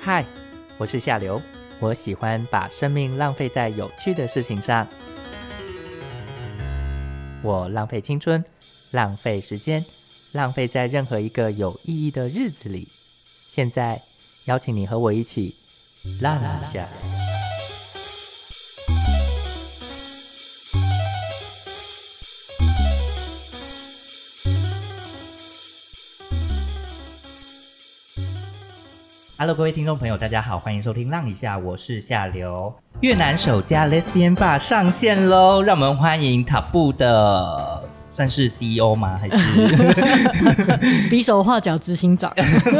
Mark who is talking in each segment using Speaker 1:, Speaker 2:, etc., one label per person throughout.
Speaker 1: 嗨，我是夏流，我喜欢把生命浪费在有趣的事情上。我浪费青春，浪费时间，浪费在任何一个有意义的日子里。现在邀请你和我一起浪一下。Hello，各位听众朋友，大家好，欢迎收听《浪一下》，我是夏流。越南首家 Lesbian Bar 上线喽，让我们欢迎塔布的，算是 CEO 吗？还是
Speaker 2: 比手画脚执 行长。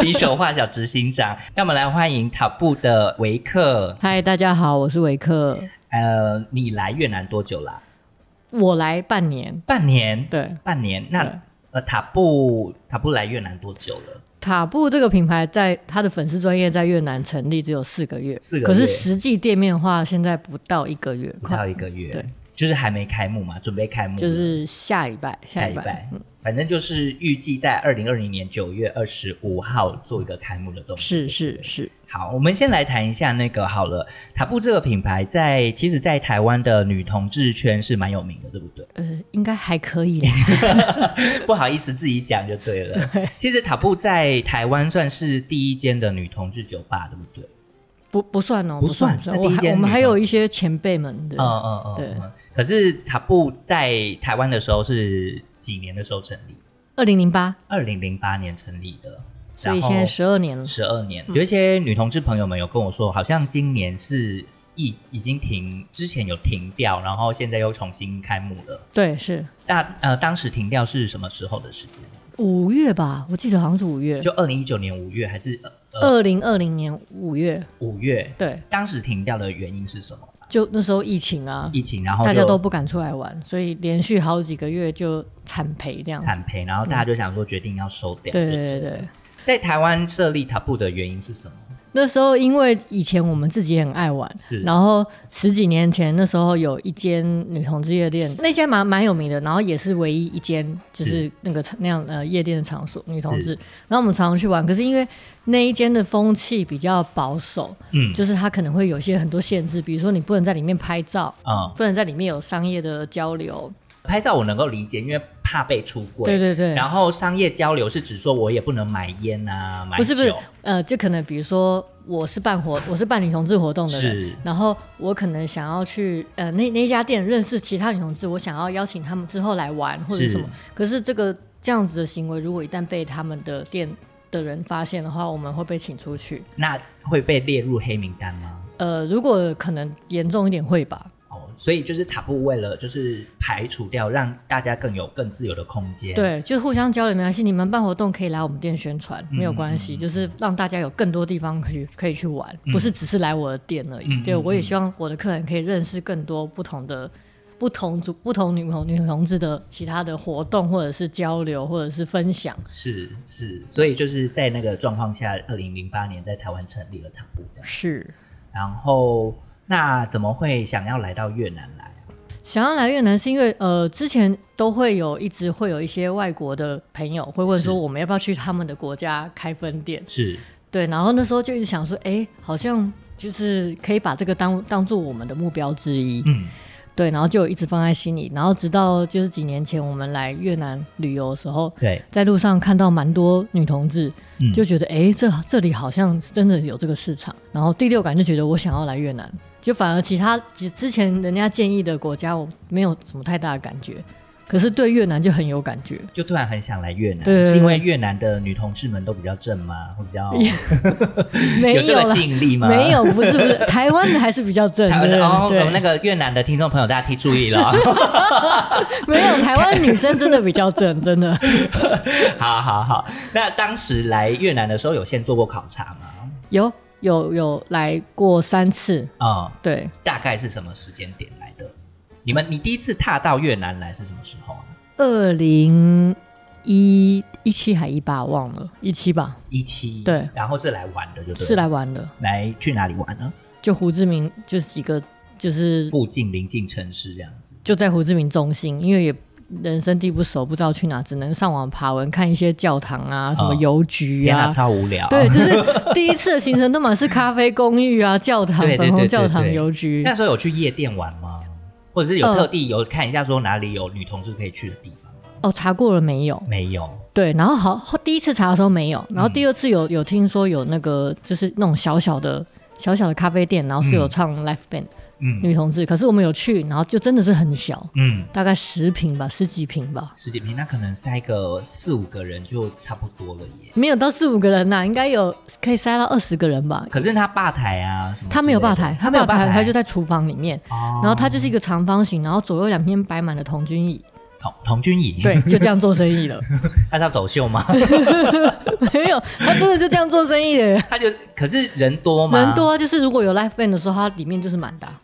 Speaker 1: 比手画脚执行长？让我们来欢迎塔布的维克。
Speaker 2: 嗨，大家好，我是维克，
Speaker 1: 呃，你来越南多久啦？
Speaker 2: 我来半年。
Speaker 1: 半年，
Speaker 2: 对，
Speaker 1: 半年。
Speaker 2: 对
Speaker 1: 那呃，塔布塔布来越南多久了？
Speaker 2: 塔布这个品牌在它的粉丝专业在越南成立只有四个月，
Speaker 1: 四个
Speaker 2: 可
Speaker 1: 月
Speaker 2: 是实际店面化现在不到一个月，
Speaker 1: 不
Speaker 2: 快
Speaker 1: 到一个月，
Speaker 2: 对，
Speaker 1: 就是还没开幕嘛，准备开幕了，
Speaker 2: 就是下礼拜，嗯
Speaker 1: 下
Speaker 2: 礼
Speaker 1: 礼拜，反正就是预计在二零二零年九月二十五号做一个开幕的动作。
Speaker 2: 是是是，
Speaker 1: 好，我们先来谈一下那个好了，塔布这个品牌在其实，在台湾的女同志圈是蛮有名的，对不对？
Speaker 2: 呃，应该还可以 啦。
Speaker 1: 不好意思，自己讲就对了。
Speaker 2: 对
Speaker 1: 其实塔布在台湾算是第一间的女同志酒吧，对不对？
Speaker 2: 不不算哦，
Speaker 1: 不
Speaker 2: 算
Speaker 1: 算
Speaker 2: 不算，
Speaker 1: 那
Speaker 2: 我
Speaker 1: 第一
Speaker 2: 还
Speaker 1: 间
Speaker 2: 我们
Speaker 1: 女
Speaker 2: 还
Speaker 1: 生
Speaker 2: 有一些前辈们的，
Speaker 1: 嗯嗯嗯。
Speaker 2: 对
Speaker 1: 嗯可是塔布在台湾的时候是几年的时候成立？
Speaker 2: 二零零八，
Speaker 1: 二零零八年成立的，
Speaker 2: 所以现在嗯十二年了。
Speaker 1: 十二年。有一些女同志朋友们有跟我说，好像今年是已已经停，之前有停掉，然后现在又重新开幕了。
Speaker 2: 对，是
Speaker 1: 那呃，当时停掉是什么时候的时间？
Speaker 2: 五月吧，我记得好像是五月，
Speaker 1: 就二零一九年五月还是呃
Speaker 2: 二零二零年五月，
Speaker 1: 五月？
Speaker 2: 对。
Speaker 1: 当时停掉的原因是什么？
Speaker 2: 就那时候疫情啊，
Speaker 1: 疫情，然后
Speaker 2: 大家
Speaker 1: 就
Speaker 2: 都不敢出来玩，所以连续好几个月就惨赔这样。
Speaker 1: 惨赔，然后大家就想说决定要收掉。
Speaker 2: 嗯对对对，
Speaker 1: 在台湾设立 Taboo 的原因是什么？
Speaker 2: 那时候因为以前我们自己也很爱玩，
Speaker 1: 是
Speaker 2: 然后十几年前那时候有一间女同志夜店，那间蛮蛮有名的，然后也是唯一一间就是那个场那样呃夜店的场所，女同志。然后我们常常去玩，可是因为那一间的风气比较保守，
Speaker 1: 嗯
Speaker 2: 就是它可能会有一些很多限制，比如说你不能在里面拍照，
Speaker 1: 嗯，
Speaker 2: 不能在里面有商业的交流。
Speaker 1: 拍照我能够理解，因为怕被出轨。
Speaker 2: 对对对，
Speaker 1: 然后商业交流是指说我也不能买烟啊，买
Speaker 2: 不是不是
Speaker 1: 酒，
Speaker 2: 呃，就可能比如说我是办活，我是办女同志活动的人，
Speaker 1: 是
Speaker 2: 然后我可能想要去呃那那一家店认识其他女同志，我想要邀请他们之后来玩或者
Speaker 1: 是
Speaker 2: 什么，可是这个这样子的行为，如果一旦被他们的店的人发现的话，我们会被请出去。
Speaker 1: 那会被列入黑名单吗？
Speaker 2: 呃，如果可能严重一点会吧，
Speaker 1: 哦，所以就是塔布为了就是排除掉，让大家更有更自由的空间。，
Speaker 2: 对，就是互相交流没关系。你们办活动可以来我们店宣传，没有
Speaker 1: 嗯
Speaker 2: 关系，就是让大家有更多地方可以可以去玩，不是只是来我的店而已。
Speaker 1: 嗯
Speaker 2: 对，
Speaker 1: 嗯
Speaker 2: 我也希望我的客人可以认识更多不同的。不同族、不同女同女同志的其他的活动，或者是交流，或者是分享，
Speaker 1: 是是，所以就是在那个状况下，二零零八年在台湾成立了塔布的。
Speaker 2: 是
Speaker 1: 然后那怎么会想要来到越南来啊？
Speaker 2: 想要来越南，是因为呃，之前都会有一直会有一些外国的朋友会问说，
Speaker 1: 是
Speaker 2: 我们要不要去他们的国家开分店？
Speaker 1: 是
Speaker 2: 对，然后那时候就一直想说，哎，好像就是可以把这个当当做我们的目标之一，
Speaker 1: 嗯
Speaker 2: 对，然后就一直放在心里，然后直到就是几年前我们来越南旅游的时候，
Speaker 1: 对
Speaker 2: 在路上看到蛮多女同志，
Speaker 1: 嗯
Speaker 2: 就觉得哎，这这里好像真的有这个市场，然后第六感就觉得我想要来越南，就反而其他其之前人家建议的国家我没有什么太大的感觉，可是对越南就很有感觉，
Speaker 1: 就突然很想来越南，
Speaker 2: 对
Speaker 1: 是因为越南的女同志们都比较正吗？会比较
Speaker 2: 没
Speaker 1: 有这个
Speaker 2: 啦
Speaker 1: 吸引力吗？
Speaker 2: 没。有，不是不是，台湾的还是比较正，
Speaker 1: 台湾
Speaker 2: 对
Speaker 1: 的哦，
Speaker 2: 对
Speaker 1: 我们那个越南的听众朋友，大家提注意 了。
Speaker 2: 没有，台湾女生真的比较正，真的。
Speaker 1: 好好好，那当时来越南的时候，有先做过考察吗？
Speaker 2: 有有有来过三次，
Speaker 1: 嗯，
Speaker 2: 对，
Speaker 1: 大概是什么时间点来的？你们，你第一次踏到越南来是什么时候啊？
Speaker 2: 二零一一七还一八忘了，一七吧，
Speaker 1: 一七
Speaker 2: 对
Speaker 1: 然后是来玩的，就对了
Speaker 2: 是来玩的，
Speaker 1: 来去哪里玩呢？
Speaker 2: 就胡志明就是几个，就是
Speaker 1: 附近邻近城市这样子。
Speaker 2: 就在胡志明中心，因为也人生地不熟，不知道去哪，只能上网爬文看一些教堂啊、什么
Speaker 1: 哦
Speaker 2: 邮局
Speaker 1: 天哪，
Speaker 2: 啊。
Speaker 1: 超无聊。
Speaker 2: 对，就是第一次的行程都满是咖啡公寓啊、教堂、
Speaker 1: 对对
Speaker 2: 粉红
Speaker 1: 对
Speaker 2: 教
Speaker 1: 对
Speaker 2: 堂、
Speaker 1: 对
Speaker 2: 邮局。
Speaker 1: 那时候有去夜店玩吗？或者是有
Speaker 2: 呃
Speaker 1: 特地有看一下说哪里有女同志可以去的地方吗？
Speaker 2: 哦，查过了没有？
Speaker 1: 没有，
Speaker 2: 对，然后好，后第一次查的时候没有，然后第二次有有听说有那个就是那种小小的小小的咖啡店，然后是有唱 l i f e band
Speaker 1: 嗯
Speaker 2: 女同志，可是我们有去，然后就真的是很小，
Speaker 1: 嗯，
Speaker 2: 大概十平吧，十几平吧，
Speaker 1: 十几平，那可能塞个四五个人就差不多了耶。
Speaker 2: 没有到四五个人呐、应该有可以塞到二十个人吧。
Speaker 1: 可是他吧台啊什么之类的，
Speaker 2: 嗯他没有吧台，
Speaker 1: 他没有吧
Speaker 2: 台，
Speaker 1: 台，
Speaker 2: 他就在厨房里面，
Speaker 1: 哦，
Speaker 2: 然后他就是一个长方形，然后左右两边摆满了童军椅，
Speaker 1: 童童军椅，
Speaker 2: 对，， 就这样做生意了。
Speaker 1: 他是要走秀吗？
Speaker 2: 没有，他真的就这样做生意的。
Speaker 1: 他就可是人多吗？
Speaker 2: 人多啊，就是如果有 l i f e band 的时候，它里面就是满的啊、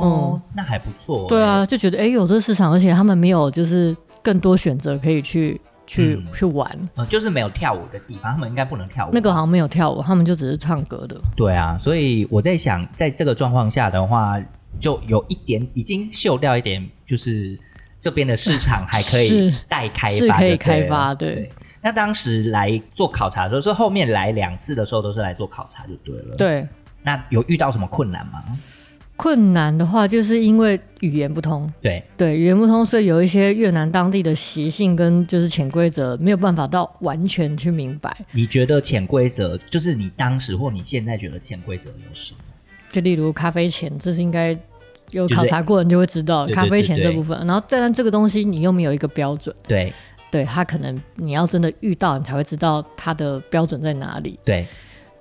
Speaker 1: 哦，那还不错。
Speaker 2: 对，啊，就觉得哎、诶有这市场，而且他们没有就是更多选择可以去去、
Speaker 1: 嗯
Speaker 2: 去玩。
Speaker 1: 呃，就是没有跳舞的地方，他们应该不能跳舞。
Speaker 2: 那个好像没有跳舞，他们就只是唱歌的。
Speaker 1: 对啊，所以我在想，在这个状况下的话，就有一点已经嗅掉一点，就是这边的市场还可以
Speaker 2: 是
Speaker 1: 待开发，
Speaker 2: 是可以开发
Speaker 1: 对了。
Speaker 2: 对
Speaker 1: 那当时来做考察的时候，是后面来两次的时候都是来做考察就对了。，
Speaker 2: 对，
Speaker 1: 那有遇到什么困难吗？
Speaker 2: 困难的话就是因为语言不通，
Speaker 1: 对，
Speaker 2: 对语言不通，所以有一些越南当地的习性跟就是潜规则没有办法到完全去明白。
Speaker 1: 你觉得潜规则就是你当时或你现在觉得潜规则有什么？
Speaker 2: 就例如咖啡钱，这是应该有
Speaker 1: 就是
Speaker 2: 考察过的人就会知道、
Speaker 1: 对对
Speaker 2: 咖啡钱
Speaker 1: 对
Speaker 2: 这
Speaker 1: 对
Speaker 2: 部分。然后再然这个东西你又没有一个标准，
Speaker 1: 对
Speaker 2: 对它可能你要真的遇到你才会知道它的标准在哪里。
Speaker 1: 对，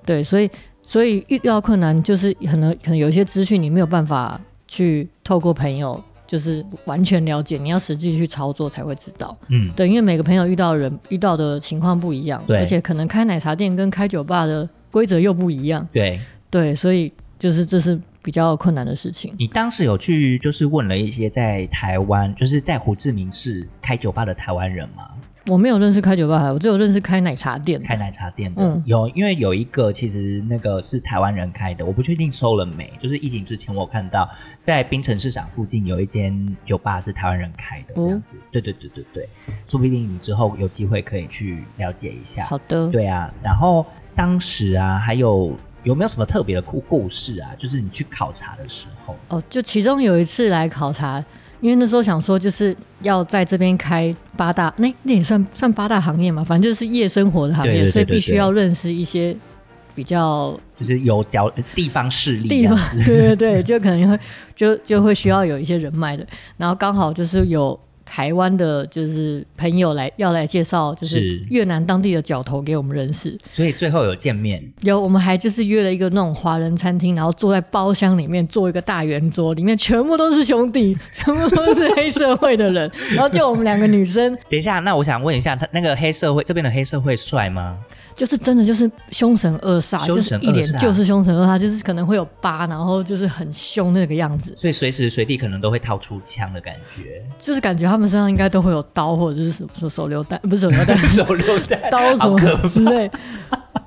Speaker 2: 对，所以所以遇到困难就是可能可能有一些资讯你没有办法去透过朋友就是完全了解，你要实际去操作才会知道。
Speaker 1: 嗯，
Speaker 2: 对，因为每个朋友遇到的人遇到的情况不一样，
Speaker 1: 对
Speaker 2: 而且可能开奶茶店跟开酒吧的规则又不一样，
Speaker 1: 对。
Speaker 2: 对，所以就是这是比较困难的事情。
Speaker 1: 你当时有去就是问了一些在台湾，就是在胡志明市开酒吧的台湾人吗？
Speaker 2: 我没有认识开酒吧的，我只有认识开奶茶店的。
Speaker 1: 开奶茶店的、
Speaker 2: 嗯
Speaker 1: 有，因为有一个其实那个是台湾人开的，我不确定收了没。就是疫情之前，我看到在槟城市场附近有一间酒吧是台湾人开的，
Speaker 2: 哦
Speaker 1: 这样子。对对对对对，说不定你之后有机会可以去了解一下。
Speaker 2: 好的，
Speaker 1: 对啊，然后当时啊，还有有没有什么特别的故故事啊？就是你去考察的时候，
Speaker 2: 哦，就其中有一次来考察，因为那时候想说就是要在这边开八大，那那也算算八大行业嘛，反正就是夜生活的行业，
Speaker 1: 对对对
Speaker 2: 所以
Speaker 1: 对
Speaker 2: 必须
Speaker 1: 对
Speaker 2: 要认识一些比较
Speaker 1: 就是有角地方势力啊这
Speaker 2: 地
Speaker 1: 样
Speaker 2: 方
Speaker 1: 子。，
Speaker 2: 对对对，就可能会就就会需要有一些人脉的，然后刚好就是有。台湾的就是朋友来要来介绍，就是
Speaker 1: 是
Speaker 2: 越南当地的角头给我们认识，
Speaker 1: 所以最后有见面，
Speaker 2: 有，我们还就是约了一个那种华人餐厅，然后坐在包厢里面做一个大圆桌，里面全部都是兄弟， 全部都是黑社会的人， 然后就我们两个女生，
Speaker 1: 等一下，那我想问一下，他那个黑社会这边的黑社会帅吗？
Speaker 2: 就是真的就是凶神恶煞，
Speaker 1: 凶
Speaker 2: 就是
Speaker 1: 神
Speaker 2: 一
Speaker 1: 恶
Speaker 2: 脸
Speaker 1: 煞
Speaker 2: 就是凶神恶煞，就是可能会有疤，然后就是很凶那个样子，
Speaker 1: 所以随时随地可能都会掏出枪的感觉，
Speaker 2: 就是感觉他们身上应该都会有刀或者是什么什么手榴弹， 不是手 榴弹，
Speaker 1: 手榴弹，
Speaker 2: 刀什
Speaker 1: 好可
Speaker 2: 么之类。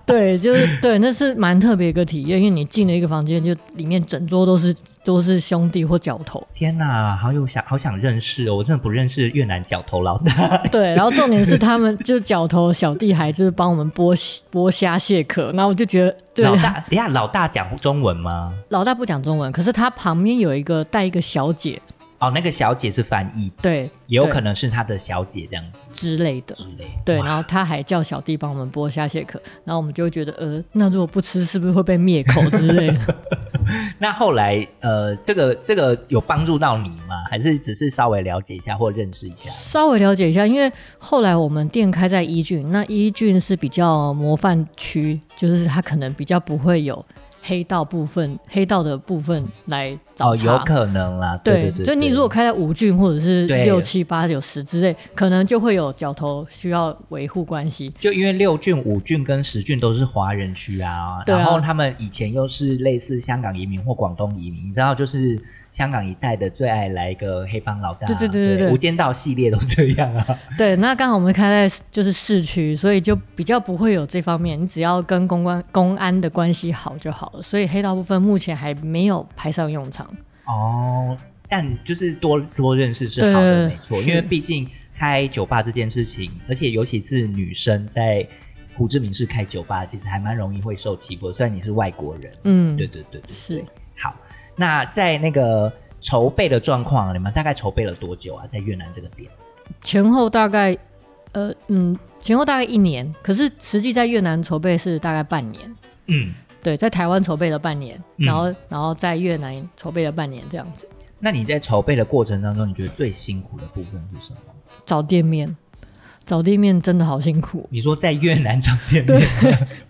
Speaker 2: 对，就是对，那是蛮特别一个体验，因为你进了一个房间，就里面整桌都是都是兄弟或角头，
Speaker 1: 天哪，好有想好想认识哦！我真的不认识越南角头老大，
Speaker 2: 对，然后重点是他们就是角头小弟还就是帮我们剥虾剥虾蟹壳，然后我就觉得对
Speaker 1: 老大，等一下老大讲中文吗？
Speaker 2: 老大不讲中文，可是他旁边有一个带一个小姐，
Speaker 1: 哦，那个小姐是翻译，
Speaker 2: 对
Speaker 1: 也有
Speaker 2: 对
Speaker 1: 可能是他的小姐这样子
Speaker 2: 之类的。
Speaker 1: 之类。
Speaker 2: 对，
Speaker 1: 哇
Speaker 2: 然后他还叫小弟帮我们剥虾蟹壳，然后我们就会觉得，呃，那如果不吃是不是会被灭口之类的？
Speaker 1: 那后来呃，这个这个有帮助到你吗？还是只是稍微了解一下或认识一下？
Speaker 2: 稍微了解一下，因为后来我们店开在一郡，那一郡是比较模范区，就是他可能比较不会有黑道部分，黑道的部分来找
Speaker 1: 哦，
Speaker 2: 茬。
Speaker 1: 有可能啦，对
Speaker 2: 对
Speaker 1: 对对，
Speaker 2: 就你
Speaker 1: 对
Speaker 2: 如果开在五郡或者是
Speaker 1: 对
Speaker 2: 六七八九十之类，可能就会有角头需要维护关系。
Speaker 1: 就因为六郡、五郡跟十郡都是华人区啊，
Speaker 2: 对啊
Speaker 1: 然后他们以前又是类似香港移民或广东移民，你知道，就是香港一带的最爱来一个黑帮老大，啊
Speaker 2: 对对对对对
Speaker 1: 无间道系列都这样 啊。
Speaker 2: 对，那刚好我们开在就是市区，所以就比较不会有这方面。你只要跟公关公安的关系好就好了。所以黑道部分目前还没有派上用场。
Speaker 1: 哦，但就是多多认识是好的，
Speaker 2: 对
Speaker 1: 没错，
Speaker 2: 是
Speaker 1: 因为毕竟开酒吧这件事情，而且尤其是女生在胡志明市开酒吧，其实还蛮容易会受欺负的。虽然你是外国人，
Speaker 2: 嗯，
Speaker 1: 对对对对对
Speaker 2: 是。
Speaker 1: 好，那在那个筹备的状况，你们大概筹备了多久啊？在越南这个点，
Speaker 2: 前后大概呃嗯前后大概一年，可是实际在越南筹备是大概半年，
Speaker 1: 嗯，
Speaker 2: 对，在台湾筹备了半年，
Speaker 1: 嗯
Speaker 2: 然后、然后在越南筹备了半年这样子，
Speaker 1: 那你在筹备的过程当中，你觉得最辛苦的部分是什么？
Speaker 2: 找店面，找店面真的好辛苦，
Speaker 1: 你说在越南找店面，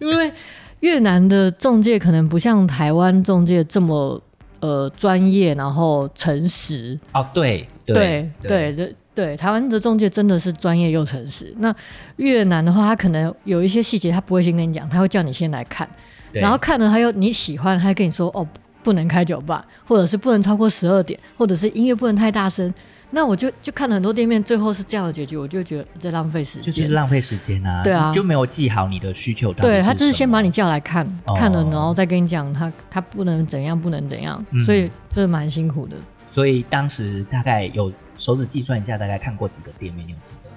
Speaker 2: 因为越南的中介可能不像台湾中介这么呃专业，然后诚实，
Speaker 1: 哦，对
Speaker 2: 对对对对，台湾的中介真的是专业又诚实。那越南的话，他可能有一些细节他不会先跟你讲，他会叫你先来看，
Speaker 1: 对
Speaker 2: 然后看了他又你喜欢，他还跟你说哦不能开酒吧，或者是不能超过十二点，或者是音乐不能太大声。那我就就看了很多店面，最后是这样的结局，我就觉得在浪费时
Speaker 1: 就
Speaker 2: 间
Speaker 1: 是。浪费时间啊，
Speaker 2: 对啊
Speaker 1: 你就没有记好你的需求到底
Speaker 2: 对他就是是
Speaker 1: 什
Speaker 2: 先
Speaker 1: 么
Speaker 2: 把你叫来看，
Speaker 1: 哦
Speaker 2: 看了然后再跟你讲他他不能怎样，不能怎样，
Speaker 1: 嗯
Speaker 2: 所以这蛮辛苦的。
Speaker 1: 所以当时大概有手指计算一下，大概看过几个店面，你有记得吗？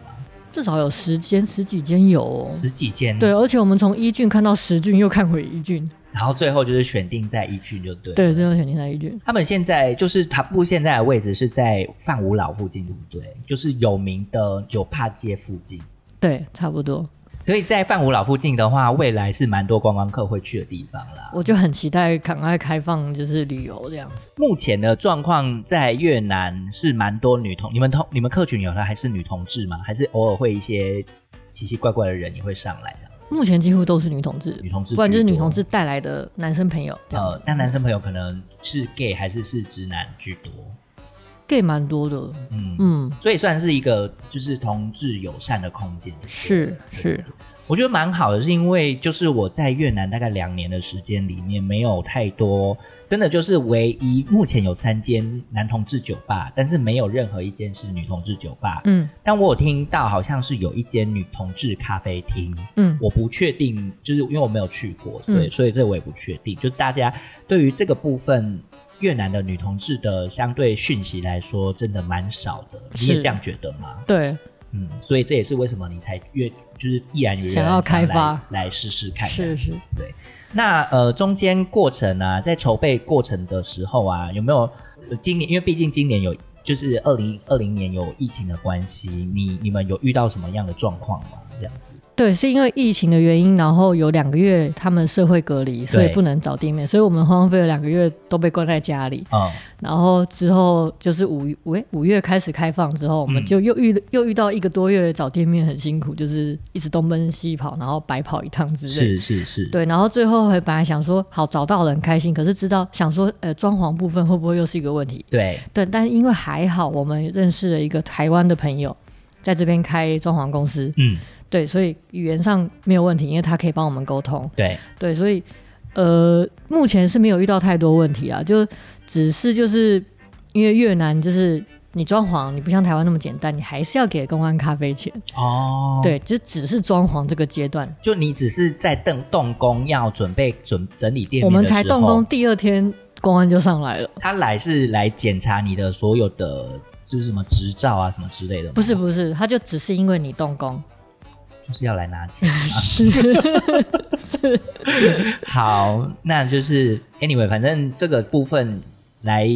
Speaker 2: 至少有十间十几间有、哦，
Speaker 1: 十几间，
Speaker 2: 对，，而且我们从一郡看到十郡，又看回一郡，
Speaker 1: 然后最后就是选定在一区就对。，
Speaker 2: 对，最后选定在一郡。
Speaker 1: 他们现在就是塔布现在的位置是在范五老附近，对不对？就是有名的酒帕街附近。
Speaker 2: 对，差不多。
Speaker 1: 所以在范五老附近的话，未来是蛮多观光客会去的地方啦。
Speaker 2: 我就很期待赶快开放，就是旅游这样子。
Speaker 1: 目前的状况在越南是蛮多女同，你们同你们客群有的还是女同志吗？还是偶尔会一些奇奇怪怪的人也会上来的？
Speaker 2: 目前几乎都是女同志，
Speaker 1: 女同志居多，
Speaker 2: 不然就是女同志带来的男生朋友这样
Speaker 1: 呃
Speaker 2: 子，。
Speaker 1: 但男生朋友可能是 gay 还是是直男居多，
Speaker 2: gay 蛮多的，
Speaker 1: 嗯，
Speaker 2: 嗯，
Speaker 1: 所以算是一个就是同志友善的空间。
Speaker 2: 是是，
Speaker 1: 我觉得蛮好的，是因为就是我在越南大概两年的时间里面，没有太多，真的就是唯一目前有三间男同志酒吧，但是没有任何一间是女同志酒吧。
Speaker 2: 嗯
Speaker 1: 但我有听到好像是有一间女同志咖啡厅，
Speaker 2: 嗯，
Speaker 1: 我不确定，就是因为我没有去过，对，
Speaker 2: 嗯
Speaker 1: 所以这我也不确定。就是大家对于这个部分越南的女同志的相对讯息来说，真的蛮少的。你也
Speaker 2: 是
Speaker 1: 这样觉得吗？
Speaker 2: 对，
Speaker 1: 嗯，所以这也是为什么你才越就是毅然决然
Speaker 2: 想要开发
Speaker 1: 想来来试试看。
Speaker 2: 是是。
Speaker 1: 对。那呃，中间过程啊，在筹备过程的时候啊，有没有、呃今年？因为毕竟今年有就是二零二零年有疫情的关系，你你们有遇到什么样的状况吗？这样子，
Speaker 2: 对，是因为疫情的原因，然后有两个月他们社会隔离，所以
Speaker 1: 对
Speaker 2: 不能找店面，所以我们荒废了两个月都被关在家里。
Speaker 1: 嗯，
Speaker 2: 然后之后就是五五诶五月开始开放之后，我们
Speaker 1: 嗯
Speaker 2: 就又遇、又遇到一个多月找店面很辛苦，就是一直东奔西跑，然后白跑一趟之类
Speaker 1: 是
Speaker 2: 的。
Speaker 1: 是是，
Speaker 2: 对，然后最后还本来想说好找到了很开心，可是知道想说呃装潢部分会不会又是一个问题？
Speaker 1: 对，
Speaker 2: 对，但因为还好我们认识了一个台湾的朋友，在这边开装潢公司，
Speaker 1: 嗯，
Speaker 2: 对，所以语言上没有问题，因为他可以帮我们沟通。
Speaker 1: 对，
Speaker 2: 对，所以呃，目前是没有遇到太多问题啊，就只是就是因为越南就是你装潢，你不像台湾那么简单，你还是要给公安咖啡钱。
Speaker 1: 哦，，
Speaker 2: 对，这只是装潢这个阶段，
Speaker 1: 就你只是在动动工要准备准整理店面
Speaker 2: 我们
Speaker 1: 的
Speaker 2: 才
Speaker 1: 时
Speaker 2: 动
Speaker 1: 候
Speaker 2: 工，第二天公安就上来了。
Speaker 1: 他来是来检查你的所有的就是什么执照啊什么之类的吗，
Speaker 2: 不是不是，他就只是因为你动工，
Speaker 1: 就是要来拿钱。啊
Speaker 2: 是
Speaker 1: 好，那就是 anyway，反正这个部分来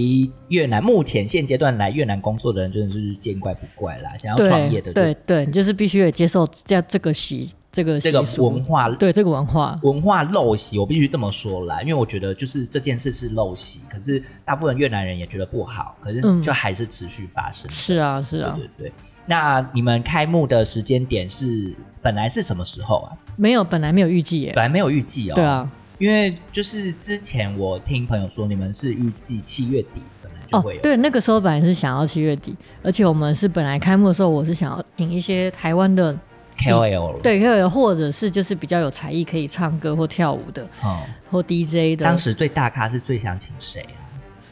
Speaker 1: 越南，目前现阶段来越南工作的人真的是见怪不怪啦。想要创业
Speaker 2: 对
Speaker 1: 的，
Speaker 2: 对，对，你就是必须得接受这样这个习这个
Speaker 1: 这个
Speaker 2: 习俗
Speaker 1: 文化
Speaker 2: 对这个文化，
Speaker 1: 文化陋习，我必须这么说啦，因为我觉得就是这件事是陋习，可是大部分越南人也觉得不好，可是
Speaker 2: 嗯
Speaker 1: 就还是持续发生。
Speaker 2: 是啊是啊，
Speaker 1: 对对对。那你们开幕的时间点是本来是什么时候啊？
Speaker 2: 没有本来没有预计耶
Speaker 1: 本，来没有预计哦。
Speaker 2: 对啊，
Speaker 1: 因为就是之前我听朋友说，你们是预计七月底本来就
Speaker 2: 哦
Speaker 1: 会有，
Speaker 2: 对，那个时候本来是想要七月底，而且我们是本来开幕的时候，我是想要请一些台湾的
Speaker 1: KOL 了。
Speaker 2: 对，或者是就是比较有才艺可以唱歌或跳舞的，
Speaker 1: 嗯，
Speaker 2: 或 DJ 的。
Speaker 1: 当时最大咖是最想请谁啊？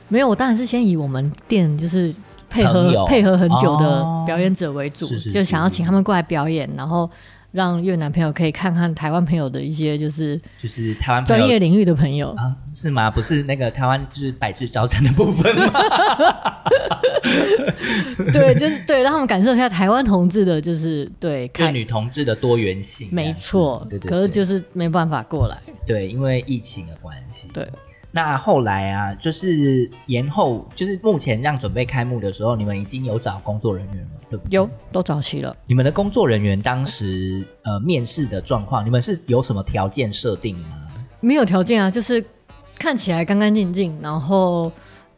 Speaker 2: 没有，我当然是先以我们店就是配
Speaker 1: 朋
Speaker 2: 合
Speaker 1: 友
Speaker 2: 配合很久的
Speaker 1: 哦
Speaker 2: 表演者为主，
Speaker 1: 是是
Speaker 2: 就是想要请他们过来表演，然后让越南朋友可以看看台湾朋友的一些就是
Speaker 1: 就是台湾朋
Speaker 2: 专
Speaker 1: 友
Speaker 2: 业领域的朋友。
Speaker 1: 啊，是吗？不是那个台湾就是百智招展的部分 吗？
Speaker 2: 对，就是对，让他们感受一下台湾同志的，就是对，
Speaker 1: 就
Speaker 2: 看
Speaker 1: 女同志的多元性，
Speaker 2: 没错
Speaker 1: 对，对
Speaker 2: 可是
Speaker 1: 对
Speaker 2: 就是没办法过来。
Speaker 1: 对，因为疫情的关系。
Speaker 2: 对，
Speaker 1: 那后来啊，就是延后，就是目前让准备开幕的时候，你们已经有找工作人员了，对不对？
Speaker 2: 有都找齐了，
Speaker 1: 你们的工作人员当时呃面试的状况，你们是有什么条件设定吗？
Speaker 2: 没有条件啊，就是看起来干干净净，然后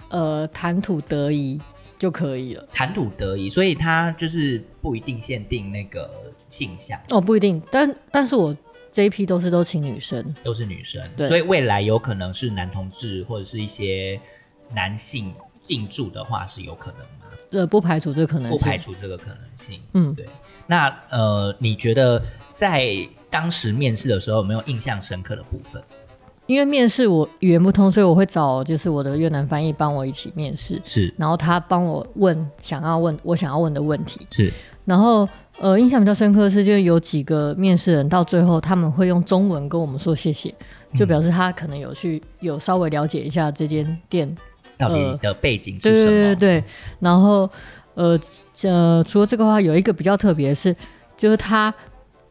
Speaker 2: 呃谈吐得宜就可以了。
Speaker 1: 谈吐得宜，所以他就是不一定限定那个性向，
Speaker 2: 哦，不一定，但但是我这一批都是都请女生，
Speaker 1: 都是女生，
Speaker 2: 对
Speaker 1: 所以未来有可能是男同志或者是一些男性进驻的话是有可能吗？
Speaker 2: 呃，不排除这可能
Speaker 1: 不
Speaker 2: 性。
Speaker 1: 排除这个可能性。
Speaker 2: 嗯，
Speaker 1: 对。那呃，你觉得在当时面试的时候有没有印象深刻的部分？
Speaker 2: 因为面试我语言不通，所以我会找就是我的越南翻译帮我一起面试，
Speaker 1: 是
Speaker 2: 然后他帮我问想要问我想要问的问题，
Speaker 1: 是
Speaker 2: 然后呃印象比较深刻的是，就是有几个面试人到最后他们会用中文跟我们说谢谢，
Speaker 1: 嗯
Speaker 2: 就表示他可能有去有稍微了解一下这间店，
Speaker 1: 到底
Speaker 2: 呃
Speaker 1: 你的背景
Speaker 2: 对
Speaker 1: 是什么？
Speaker 2: 对对对，然后呃呃除了这个话，有一个比较特别的是，就是他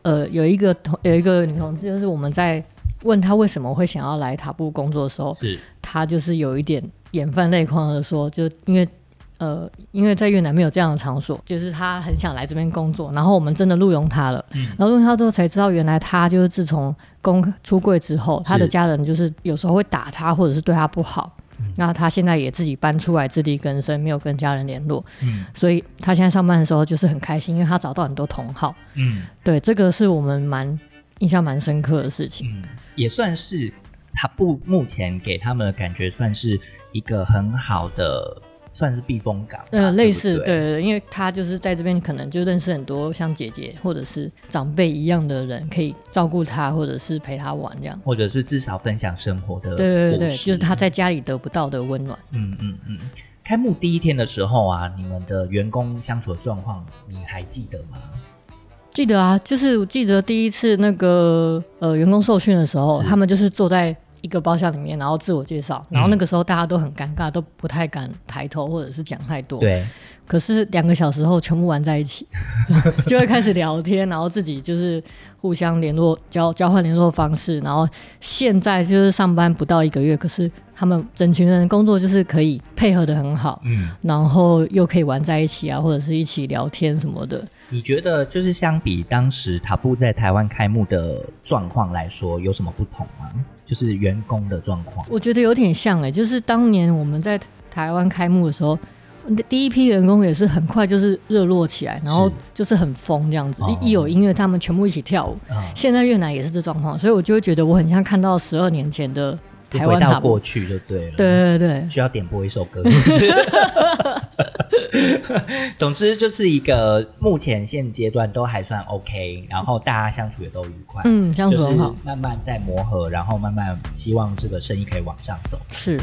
Speaker 2: 呃有一个同有一个女同志，就是我们在问他为什么会想要来塔布工作的时候，
Speaker 1: 是
Speaker 2: 他就是有一点眼泛泪眶的说，就因为呃，因为在越南没有这样的场所，就是他很想来这边工作，然后我们真的录用他了，
Speaker 1: 嗯
Speaker 2: 然后录用他之后才知道，原来他就是自从公出柜之后，他的家人就是有时候会打他，或者是对他不好。那他现在也自己搬出来自力更生，没有跟家人联络，
Speaker 1: 嗯
Speaker 2: 所以他现在上班的时候就是很开心，因为他找到很多同好。
Speaker 1: 嗯
Speaker 2: 对，这个是我们蛮印象蛮深刻的事情。
Speaker 1: 嗯，也算是他不目前给他们的感觉算是一个很好的，算是避风港吧。
Speaker 2: 呃，类似，
Speaker 1: 对不
Speaker 2: 对对对，因为他就是在这边可能就认识很多像姐姐或者是长辈一样的人，可以照顾他或者是陪他玩这样。
Speaker 1: 或者是至少分享生活的
Speaker 2: 对对对
Speaker 1: 故
Speaker 2: 对，
Speaker 1: 事
Speaker 2: 就是他在家里得不到的温暖。
Speaker 1: 嗯嗯嗯。开幕第一天的时候啊，你们的员工相处的状况你还记得吗？
Speaker 2: 记得啊，就是我记得第一次那个呃员工受训的时候，
Speaker 1: 是
Speaker 2: 他们就是坐在一个包厢里面，然后自我介绍，然后
Speaker 1: 嗯
Speaker 2: 那个时候大家都很尴尬，都不太敢抬头或者是讲太多。
Speaker 1: 对，
Speaker 2: 可是两个小时后全部玩在一起， 就会开始聊天，然后自己就是互相联络、交交换联络方式。然后现在就是上班不到一个月，可是他们整群人工作就是可以配合的很好，
Speaker 1: 嗯，
Speaker 2: 然后又可以玩在一起啊，或者是一起聊天什么的。
Speaker 1: 你觉得就是相比当时塔布在台湾开幕的状况来说，有什么不同吗？就是员工的状况，
Speaker 2: 我觉得有点像哎、就是当年我们在台湾开幕的时候。第一批员工也是很快就是热络起来，然后
Speaker 1: 是
Speaker 2: 就是很疯这样子，
Speaker 1: 哦
Speaker 2: 一有音乐他们全部一起跳舞，
Speaker 1: 嗯，
Speaker 2: 现在越南也是这状况，所以我就会觉得我很像看到十二年前的
Speaker 1: 就
Speaker 2: 台
Speaker 1: 回
Speaker 2: 湾
Speaker 1: 到
Speaker 2: 塔
Speaker 1: 过
Speaker 2: 布。
Speaker 1: 去就对了。
Speaker 2: 对对对，
Speaker 1: 需要点播一首 歌，是不是？总之就是一个目前现阶段都还算 OK，然后大家相处也都愉快，
Speaker 2: 嗯，相
Speaker 1: 就
Speaker 2: 处
Speaker 1: 是
Speaker 2: 很好，
Speaker 1: 慢慢在磨合，然后慢慢希望这个生意可以往上走。
Speaker 2: 是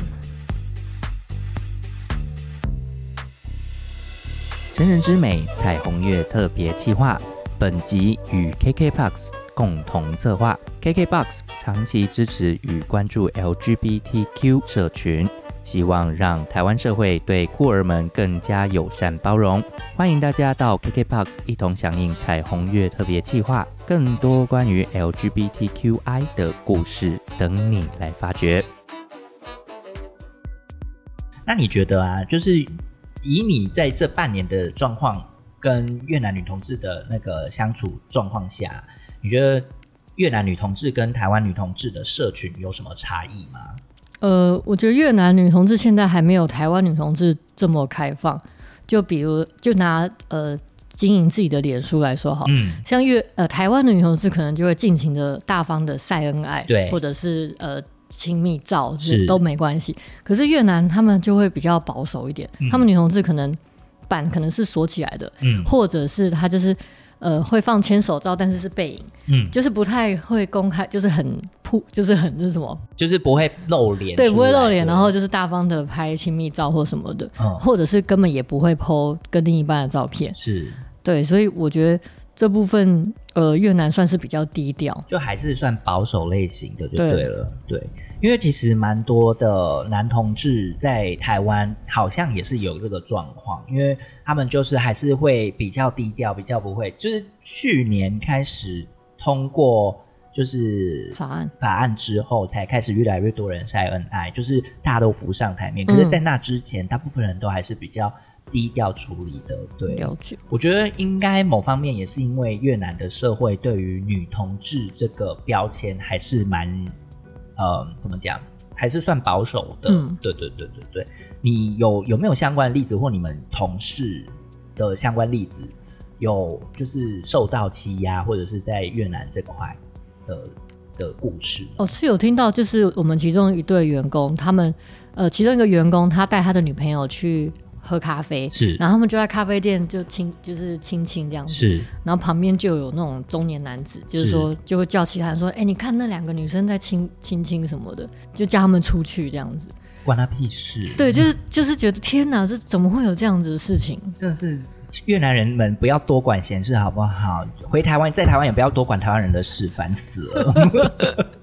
Speaker 3: 成人之美彩虹月特别企划，本集与 KKBOX 共同策划。KKBOX 长期支持与关注 LGBTQ 社群，希望让台湾社会对酷儿们更加友善包容。欢迎大家到 KKBOX 一同响应彩虹月特别企划，更多关于 LGBTQI 的故事等你来发掘。
Speaker 1: 那你觉得啊，就是以你在这半年的状况跟越南女同志的那个相处状况下，你觉得越南女同志跟台湾女同志的社群有什么差异吗？
Speaker 2: 呃，我觉得越南女同志现在还没有台湾女同志这么开放。就比如，就拿呃经营自己的脸书来说好了，
Speaker 1: 嗯，
Speaker 2: 像越呃台湾的女同志可能就会尽情的大方的晒恩爱，
Speaker 1: 对
Speaker 2: 或者是呃亲密照
Speaker 1: 是
Speaker 2: 是都没关系。可是越南他们就会比较保守一点，
Speaker 1: 嗯
Speaker 2: 他们女同志可能板可能是锁起来的，
Speaker 1: 嗯
Speaker 2: 或者是她就是呃会放牵手照，但是是背影，
Speaker 1: 嗯，
Speaker 2: 就是不太会公开，就是很铺，就是很那什么，
Speaker 1: 就是不会露脸出来，
Speaker 2: 对，不会露脸，然后就是大方的拍亲密照或什么的，
Speaker 1: 嗯
Speaker 2: 或者是根本也不会 PO 跟另一半的照片。
Speaker 1: 是
Speaker 2: 对，所以我觉得这部分呃越南算是比较低调，
Speaker 1: 就还是算保守类型的就对了，对，因为其实蛮多的男同志在台湾好像也是有这个状况，因为他们就是还是会比较低调，比较不会，就是去年开始通过就是
Speaker 2: 法案
Speaker 1: 法案之后，才开始越来越多人晒恩爱，就是大家都浮上台面，可
Speaker 2: 嗯
Speaker 1: 是，在那之前，大部分人都还是比较低调处理的，对，
Speaker 2: 了解。
Speaker 1: 我觉得应该某方面也是因为越南的社会对于女同志这个标签还是蛮，呃，怎么讲，还是算保守的。
Speaker 2: 嗯
Speaker 1: 对对对对对，你有有没有相关的例子，或你们同事的相关例子，有就是受到欺压，或者是在越南这块的的故事？
Speaker 2: 哦，是有听到，就是我们其中一对员工，他们呃，其中一个员工他带他的女朋友去喝咖啡，
Speaker 1: 是
Speaker 2: 然后他们就在咖啡店就亲，就是亲亲这样子，
Speaker 1: 是
Speaker 2: 然后旁边就有那种中年男子，就是
Speaker 1: 是
Speaker 2: 说就会叫其他人说，哎、你看那两个女生在亲亲亲什么的，就叫他们出去这样子。
Speaker 1: 关他屁事？
Speaker 2: 对，就是就是觉得天哪，这怎么会有这样子的事情？
Speaker 1: 真的是越南人们不要多管闲事好不好？回台湾，在台湾也不要多管台湾人的事，烦死了。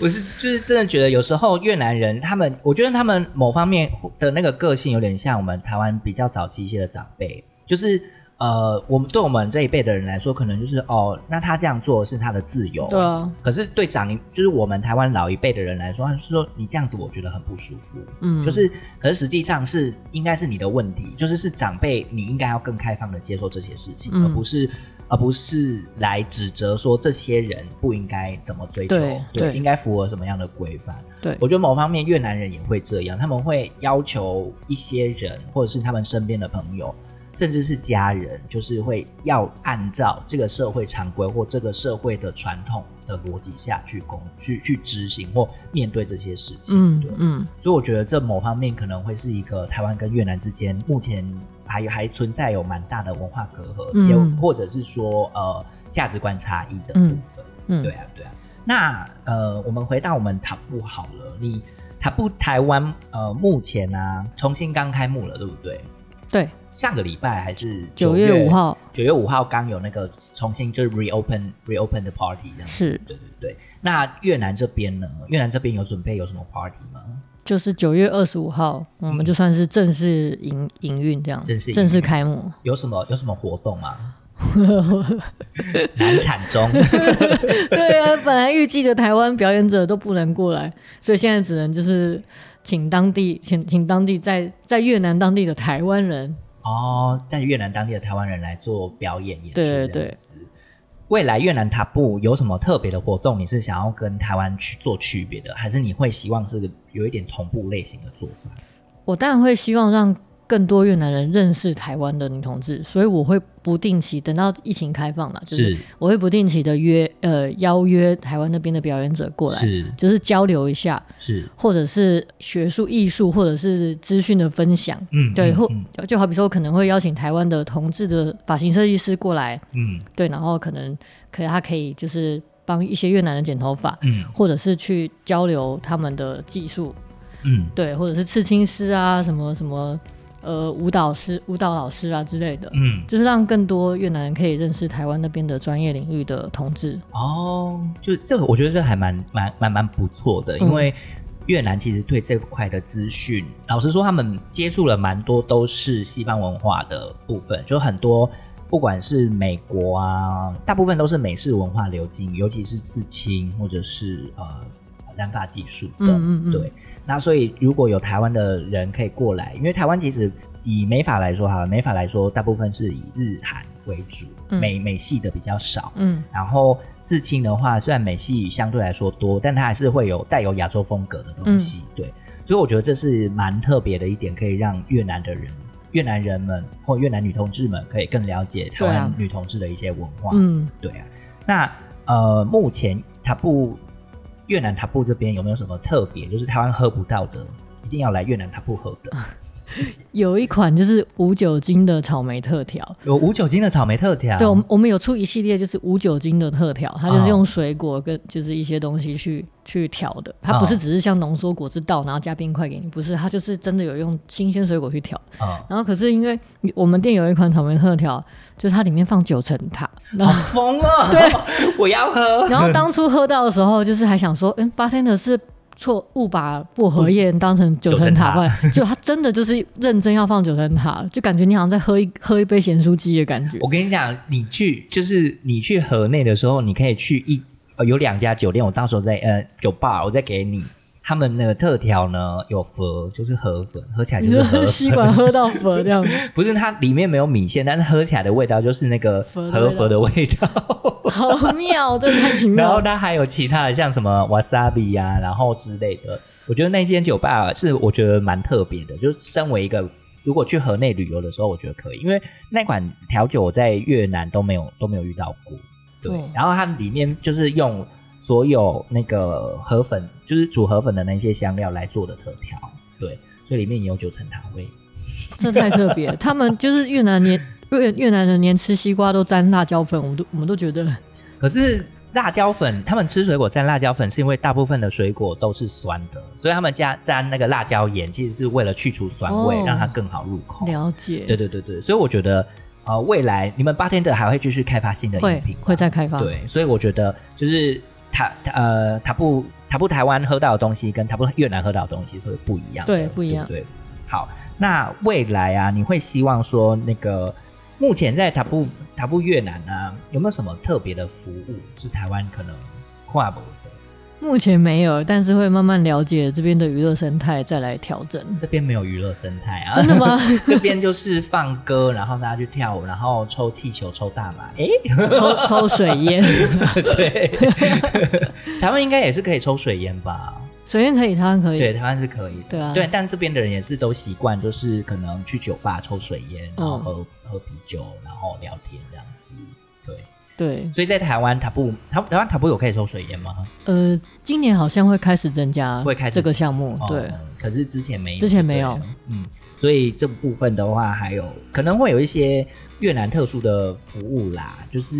Speaker 1: 我是就是真的觉得有时候越南人他们，我觉得他们某方面的那个个性有点像我们台湾比较早期一些的长辈，就是。呃，我们对我们这一辈的人来说，可能就是哦，那他这样做是他的自由，
Speaker 2: 对啊，
Speaker 1: 可是对长就是我们台湾老一辈的人来说，他是说你这样子我觉得很不舒服，
Speaker 2: 嗯，
Speaker 1: 就是，可是实际上是应该是你的问题，就是是长辈，你应该要更开放的接受这些事情，
Speaker 2: 嗯
Speaker 1: 而不是而不是来指责说这些人不应该怎么追求，
Speaker 2: 对对
Speaker 1: 应该符合什么样的规范。
Speaker 2: 对
Speaker 1: 我觉得某方面越南人也会这样，他们会要求一些人或者是他们身边的朋友。甚至是家人，就是会要按照这个社会常规或这个社会的传统的逻辑下去工去去执行或面对这些事情。
Speaker 2: 嗯
Speaker 1: 对
Speaker 2: 嗯，
Speaker 1: 所以我觉得这某方面可能会是一个台湾跟越南之间目前还有还存在有蛮大的文化隔阂，
Speaker 2: 嗯
Speaker 1: 也有或者是说呃价值观差异的部分。
Speaker 2: 嗯嗯
Speaker 1: 对啊，对啊。那呃，我们回到我们塔布好了，你塔布台湾呃目前啊重新刚开幕了，对不对？
Speaker 2: 对，
Speaker 1: 上个礼拜还是
Speaker 2: 九
Speaker 1: 月
Speaker 2: 月五，号
Speaker 1: 九月五号刚有那个重新就是 reopen reopen 的 party 这样子。
Speaker 2: 是
Speaker 1: 对对对。那越南这边呢？越南这边有准备有什么 party 吗？
Speaker 2: 就是九月二十五号，我们就算是正式营营运这样，
Speaker 1: 嗯正式营运
Speaker 2: 正式开幕。
Speaker 1: 有什么有什么活动 吗？难产中，
Speaker 2: 对啊，本来预计的台湾表演者都不能过来，所以现在只能就是请当地请请当地在在越南当地的台湾人，
Speaker 1: 哦，在越南当地的台湾人来做表演演出
Speaker 2: 对
Speaker 1: 这样子。未来越南塔布有什么特别的活动？你是想要跟台湾去做区别的，还是你会希望是有一点同步类型的做法？
Speaker 2: 我当然会希望让更多越南人认识台湾的女同志，所以我会不定期等到疫情开放了，就是
Speaker 1: 是
Speaker 2: 我会不定期的约呃邀约台湾那边的表演者过来，
Speaker 1: 是
Speaker 2: 就是交流一下，
Speaker 1: 是，
Speaker 2: 或者是学术艺术或者是资讯的分享。
Speaker 1: 嗯，
Speaker 2: 对，
Speaker 1: 嗯
Speaker 2: 或
Speaker 1: 嗯
Speaker 2: 就好比说，我可能会邀请台湾的同志的发型设计师过来，
Speaker 1: 嗯
Speaker 2: 对，然后可能可他可以就是帮一些越南人剪头发，
Speaker 1: 嗯
Speaker 2: 或者是去交流他们的技术，
Speaker 1: 嗯
Speaker 2: 对，或者是刺青师啊，什么什么呃舞蹈师、舞蹈老师啊之类的，
Speaker 1: 嗯，
Speaker 2: 就是让更多越南人可以认识台湾那边的专业领域的同志。
Speaker 1: 哦，就这个，我觉得这还蛮蛮蛮蛮不错的，因
Speaker 2: 嗯
Speaker 1: 为越南其实对这块的资讯，老实说，他们接触了蛮多都是西方文化的部分，就很多不管是美国啊，大部分都是美式文化流进，尤其是刺青或者是呃染发技术的，
Speaker 2: 嗯嗯嗯
Speaker 1: 对。那所以如果有台湾的人可以过来，因为台湾其实以美法来说哈，美法来说大部分是以日韩为主，
Speaker 2: 嗯
Speaker 1: 美美系的比较少。
Speaker 2: 嗯，
Speaker 1: 然后刺青的话，虽然美系相对来说多，但它还是会有带有亚洲风格的东西。
Speaker 2: 嗯
Speaker 1: 对，所以我觉得这是蛮特别的一点，可以让越南的人、呃越南人们或越南女同志们可以更了解台
Speaker 2: 对
Speaker 1: 湾
Speaker 2: 啊
Speaker 1: 女同志的一些文化。
Speaker 2: 嗯，
Speaker 1: 对啊。那呃，目前塔布 越南塔布这边有没有什么特别，就是台湾喝不到的，一定要来越南塔布喝的？
Speaker 2: 有一款就是无酒精的草莓特调。
Speaker 1: 有无酒精的草莓特调，
Speaker 2: 对，我们我们有出一系列就是无酒精的特调，它就
Speaker 1: 哦
Speaker 2: 是用水果跟就是一些东西去去调的，它不是
Speaker 1: 哦
Speaker 2: 只是像浓缩果汁倒然后加冰块给你，不是，它就是真的有用新鲜水果去调。
Speaker 1: 嗯
Speaker 2: 然后可是因为我们店有一款草莓特调，就是它里面放九层塔，然
Speaker 1: 好
Speaker 2: 后
Speaker 1: 疯 啊！对， 我要喝。
Speaker 2: 然后当初喝到的时候，就是还想说，嗯，巴 e 的是错误把薄荷叶当成九层塔
Speaker 1: 九
Speaker 2: 放，就他真的就是认真要放九层塔，就感觉你好像在喝一喝一杯咸酥鸡的感觉。
Speaker 1: 我跟你讲，你去就是你去河内的时候，你可以去一呃有两家酒店，我到时候再呃酒吧我再给你。他们那个特调呢有粉，就是河粉，喝起来
Speaker 2: 你
Speaker 1: 就是
Speaker 2: 就
Speaker 1: 河
Speaker 2: 喝
Speaker 1: 粉
Speaker 2: 吸管喝到佛这样，
Speaker 1: 不是它里面没有米线，但是喝起来的味道就是那个
Speaker 2: 粉的
Speaker 1: 河
Speaker 2: 味道
Speaker 1: 粉的味道。
Speaker 2: 好妙，真的太奇
Speaker 1: 然
Speaker 2: 妙
Speaker 1: 后
Speaker 2: 了。
Speaker 1: 它还有其他的，像什么 wasabi 啊，然后之类的。我觉得那间酒吧是我觉得蛮特别的，就是身为一个如果去河内旅游的时候，我觉得可以，因为那款调酒我在越南都没有都没有遇到过。对，
Speaker 2: 嗯
Speaker 1: 然后它里面就是用所有那个河粉，就是煮河粉的那些香料来做的特调。对，所以里面也有九层塔味。
Speaker 2: 这太特别。他们就是越南连 越越南人连吃西瓜都沾辣椒粉，我们都我们都觉得
Speaker 1: 可是辣椒粉，他们吃水果蘸辣椒粉，是因为大部分的水果都是酸的，所以他们加沾那个辣椒盐，其实是为了去除酸味，
Speaker 2: 哦
Speaker 1: 让它更好入口。
Speaker 2: 了解。
Speaker 1: 对对对对，所以我觉得，呃，未来你们八天的还会继续开发新的饮
Speaker 2: 会
Speaker 1: 品吗，
Speaker 2: 会再开发。
Speaker 1: 对，所以我觉得就是塔呃塔布塔布台湾喝到的东西跟塔布越南喝到的东西是不一样的，
Speaker 2: 对不一样
Speaker 1: 对好，那未来啊，你会希望说那个目前在塔布塔布越南啊，有没有什么特别的服务是台湾可能跨不的？
Speaker 2: 目前没有，但是会慢慢了解这边的娱乐生态，再来调 整。
Speaker 1: 这边没有娱乐生态啊，
Speaker 2: 真的吗？
Speaker 1: 这边就是放歌，然后大家去跳舞，然后抽气球、抽大麻。诶，
Speaker 2: 抽抽水烟，
Speaker 1: 对，台湾应该也是可以抽水烟吧？
Speaker 2: 水烟可以，台湾可
Speaker 1: 对，
Speaker 2: 以。
Speaker 1: 台湾是可以的。
Speaker 2: 对啊
Speaker 1: 对，但这边的人也是都习惯，就是可能去酒吧抽水烟，然后
Speaker 2: 嗯
Speaker 1: 喝、喝啤酒，然后聊天这样子。对，
Speaker 2: 对，
Speaker 1: 所以在台湾塔布，台台湾塔布有可以抽水烟吗？
Speaker 2: 呃，今年好像会开始增加，
Speaker 1: 会开始
Speaker 2: 这个项目
Speaker 1: 哦，
Speaker 2: 对，
Speaker 1: 可是之前没有，
Speaker 2: 之前没有
Speaker 1: 对，嗯，所以这部分的话，还有可能会有一些越南特殊的服务啦，就是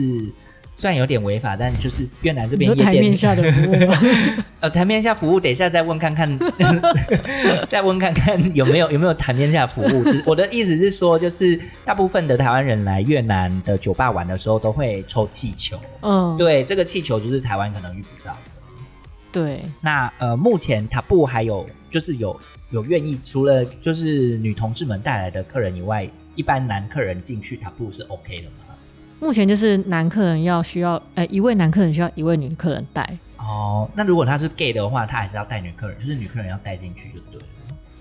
Speaker 1: 虽然有点违法，但就是越南这
Speaker 2: 你
Speaker 1: 边
Speaker 2: 说
Speaker 1: 夜店
Speaker 2: 台面下的服务吗，
Speaker 1: 呃，台面下服务，等一下再问看 看，再问看看有没有有没有台面下服务。只我的意思是说，就是大部分的台湾人来越南的酒吧玩的时候，都会抽气球。
Speaker 2: 嗯，
Speaker 1: 对，这个气球就是台湾可能遇不到的。
Speaker 2: 对，
Speaker 1: 那呃，目前塔布还有就是有有愿意除了就是女同志们带来的客人以外，一般男客人进去塔布是 OK 的吗？
Speaker 2: 目前就是男客人要需要，呃，一位男客人需要一位女客人带，
Speaker 1: 哦，那如果他是 gay 的话，他还是要带女客人，就是女客人要带进去就对了。